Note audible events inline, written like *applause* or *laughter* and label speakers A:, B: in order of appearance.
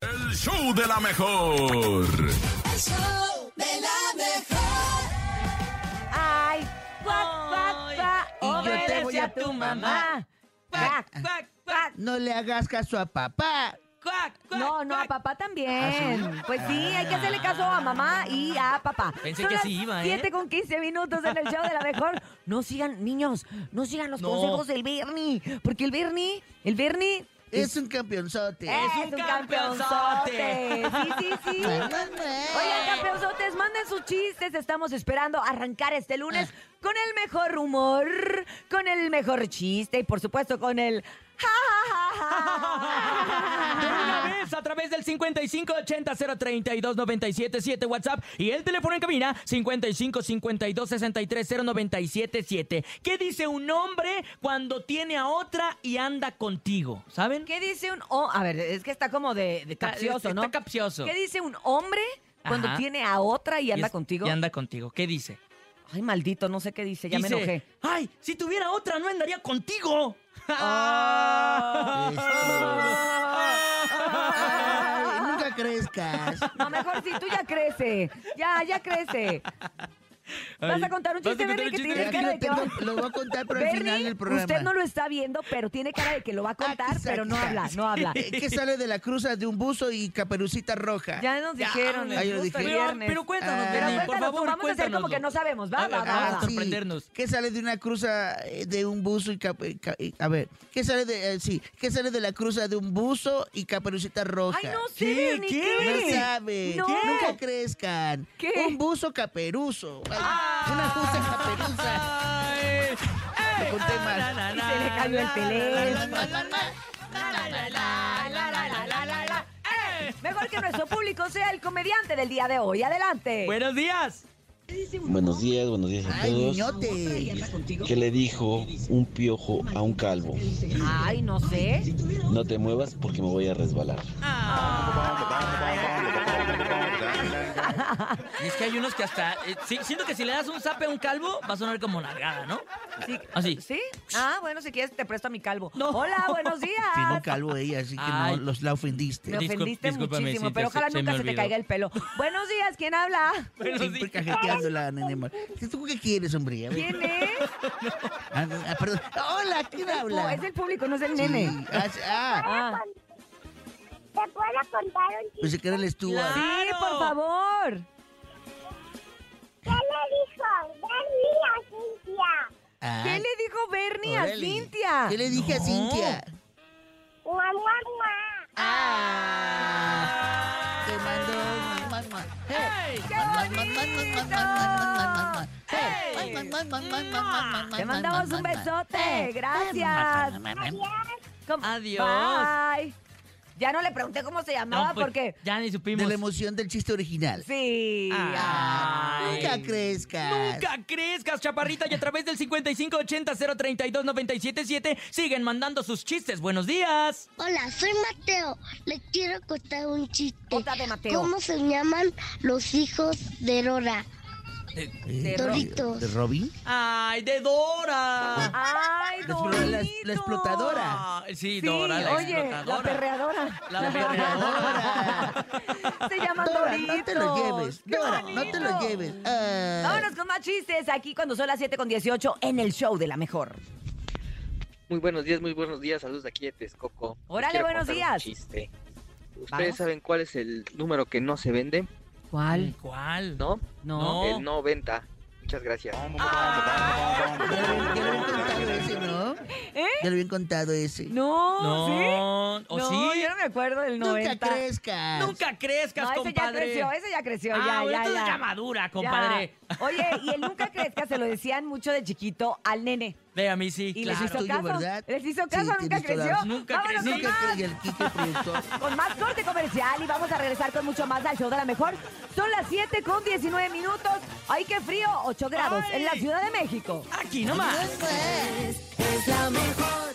A: El show de la mejor.
B: El show de la mejor.
C: Ay, cuac, cuac,
D: Ay,
C: cuac.
D: y yo te
C: obedece
D: voy a tu mamá.
C: Cuac, cuac, cuac.
D: No le hagas caso a papá.
C: No, no, a papá también. Pues sí, hay que hacerle caso a mamá y a papá.
E: Pensé
C: Son
E: que
C: las
E: sí iba, ¿eh?
C: 7 con 15 minutos en el show de la mejor. No sigan, niños, no sigan los
E: No.
C: consejos del Bernie. Porque el Bernie, el Bernie
D: Es un campeonzote.
C: es un campeonzote. Sí, sí, sí. Oigan,
D: Oigan,
C: campeonzotes, manden sus chistes. Estamos esperando arrancar este lunes
E: Ah.
C: con el mejor humor, con el mejor chiste y, por supuesto, con el. ja, ja, ja,
E: De
C: ja.
E: *laughs* una vez a través del 5580-032-977 WhatsApp y el teléfono en cabina 5552-630977. ¿Qué dice un hombre cuando tiene a otra y anda contigo? ¿Saben?
C: ¿Qué dice un.? Oh, a ver, es que está como de, de capcioso, ¿no?
E: Está capcioso.
C: ¿Qué dice un hombre cuando
E: Ajá.
C: tiene a otra y anda
E: es-
C: contigo?
E: Y anda contigo. ¿Qué dice?
C: Ay, maldito, no sé qué dice, ya me
E: Dice,
C: enojé.
E: Ay, si tuviera otra no andaría contigo.
C: Oh.
E: *laughs*
C: Ah.
D: nunca crezcas.
C: No, mejor si tú ya crece. Ya, ya crece. ¿Vas a contar un
E: ¿vas a
C: chiste,
E: contar
C: Bernie,
E: un
C: que
E: chiste?
C: tienes
D: Aquí
C: cara de
D: lo,
C: que va?
D: tengo, lo voy a contar pero al final
C: Bernie,
D: del programa. Ah,
C: usted no lo está viendo, pero tiene cara de que lo va a contar,
D: Aquí está,
C: pero
D: aquí
C: no
D: está.
C: habla, no habla.
D: Eh, Que sale de la cruza de un buzo y caperucita roja.
C: Ya nos
E: Ya,
C: dijeron,
D: ahí
C: el
D: lo
C: justo
D: dije.
E: Pero,
C: viernes.
E: pero cuéntanos,
D: Ah.
C: Pero
E: Bernie, por
C: cuéntanos,
E: favor,
C: vamos a hacer como
E: cuéntanoslo.
C: que no sabemos, va,
E: A ver,
C: va, va,
E: vamos
C: va.
E: a sorprendernos.
D: ¿Qué sale de una cruza eh, de un buzo y cap- eh, ca- eh, a ver, ¿qué sale de eh, sí, qué sale de la cruza de un buzo y caperucita roja?
C: Ay, no sé,
E: ¿Qué?
C: Bernie,
E: ¿Qué?
D: No
C: ¿qué?
D: saben,
C: No.
D: nunca crezcan.
C: ¿Qué?
D: Un buzo caperuzo. Ay, Una buza caperuza.
E: Ay, ey,
D: Me conté
E: ah,
D: mal.
E: na, na,
C: *laughs* Y se le
E: na,
C: cayó el
E: na,
C: teléfono.
E: na, na, na, na.
C: Mejor que nuestro público sea el comediante del día de hoy. Adelante.
E: Buenos días.
F: Buenos días, buenos días a
D: Ay,
F: todos.
D: niñote.
F: ¿Qué le dijo un piojo a un calvo?
C: Ay, no sé.
F: No te muevas porque me voy a resbalar.
E: Y es que hay unos que hasta. eh, sí, siento que si le das un zape a un calvo, va a sonar como nalgada, ¿no?
C: Sí.
E: Así.
C: ¿Sí? Ah, bueno, si quieres te presto a mi calvo.
E: No.
C: Hola, buenos días.
D: Tiene un calvo ella, así que
E: Ay.
D: no los la ofendiste.
C: Me
E: Discul-
C: ofendiste
E: discúlpame,
C: muchísimo,
E: sí,
C: pero
E: te-
C: ojalá
E: se me
C: nunca se te
E: olvidó.
C: caiga el pelo. Buenos días, ¿quién habla?
E: Buenos
D: Siempre
E: días.
D: cajeteándola, nene. mal. ¿Tú qué quieres, hombre? A ver.
C: ¿Quién es?
D: Ah, ah, perdón. Hola, ¿quién habla?
C: Es el público, no es el
D: Sí.
C: nene.
D: Ah, sí, Ah, Pues
C: Ah.
G: ¿Te puedo contar un chiste?
D: pensé que eres tú.
E: Claro.
C: Sí, por favor.
G: ¿Qué le dijo Bernie a Cintia?
D: Ah,
C: ¿Qué le dijo Bernie a
D: órale.
C: Cintia?
D: ¿Qué le dije a
E: No.
D: Cintia?
G: ¡Mua, mua, mua!
D: Te mando un man, man. Hey.
C: ¡Qué
D: Man, man, man, man, man, man, man, man, man, man, man. Hey. Man, man,
C: bonito!
D: man, man, man, man, man,
C: Te
D: man,
C: mandamos
D: man,
C: un
D: man,
C: besote.
D: man.
C: Gracias.
D: Man, man, man, man.
G: Adiós.
C: Com-
E: Adiós.
C: Bye. Ya no le pregunté cómo se llamaba
E: No, pues,
C: porque.
E: Ya ni supimos.
D: De la emoción del chiste original.
C: Sí.
D: Ah.
E: Ay.
D: Nunca crezcas.
E: Nunca crezcas, chaparrita, y a través del 5580-032-977 siguen mandando sus chistes. Buenos días.
H: Hola, soy Mateo. Le quiero contar un chiste.
C: Otra de Mateo.
H: ¿Cómo se llaman los hijos de Dora?
D: Eh,
H: Doritos.
D: ¿De Robin?
E: Ay, de Dora.
C: Ay,
D: La explo- la- la explotadora.
E: Ah, sí,
C: Sí,
E: Dora, la
C: oye,
E: explotadora.
C: la perreadora.
E: La perreadora.
C: *laughs* se llaman
D: Dora,
C: Doritos.
D: no te lo lleves.
C: ¡Qué
D: Dora, no te lo
C: bonito!
D: lleves. Ah.
C: Vámonos con más chistes aquí cuando son las 7 con 18 en el show de la mejor.
I: Muy buenos días, muy buenos días. Saludos de aquí de Texcoco. Les
C: Órale,
I: quiero
C: buenos
I: contar un
C: días.
I: chiste. ¿Ustedes
C: Vamos.
I: saben cuál es el número que no se vende?
C: ¿Cuál?
E: ¿Cuál?
I: ¿No?
C: No.
I: El no venta. Muchas gracias.
D: Ya lo habían- ya lo habían contado ese, ¿no?
C: ¿Eh?
D: Ya lo habían contado ese.
C: No, ¿sí?
E: No. ¿O
C: no,
E: sí?
C: yo no me acuerdo del
D: Nunca
C: 90.
D: crezcas.
E: Nunca crezcas,
C: no, ese ya
E: compadre.
C: creció, ese ya creció,
E: ah,
C: ya,
E: bueno,
C: ya,
E: entonces
C: ya.
E: ya madura, compadre.
C: Ya. Oye, y el nunca crezca se lo decían mucho de chiquito al nene.
E: Ve a mí sí.
C: Y les
E: claro.
C: hizo
D: Tuyo,
C: caso.
D: ¿verdad?
C: Les hizo
D: Sí,
C: caso, nunca
D: tienes toda la
C: creció.
D: razón.
E: Nunca
C: Vámonos
E: creció.
C: con
D: Nunca
C: más.
D: crezcas. Y el Kike, el productor.
C: con más corte comercial y vamos a regresar con mucho más al show de la mejor. Son las 7 con 19 minutos. ¡Ay, qué frío! 8 grados en la Ciudad de México.
E: Aquí nomás.
C: Es la mejor.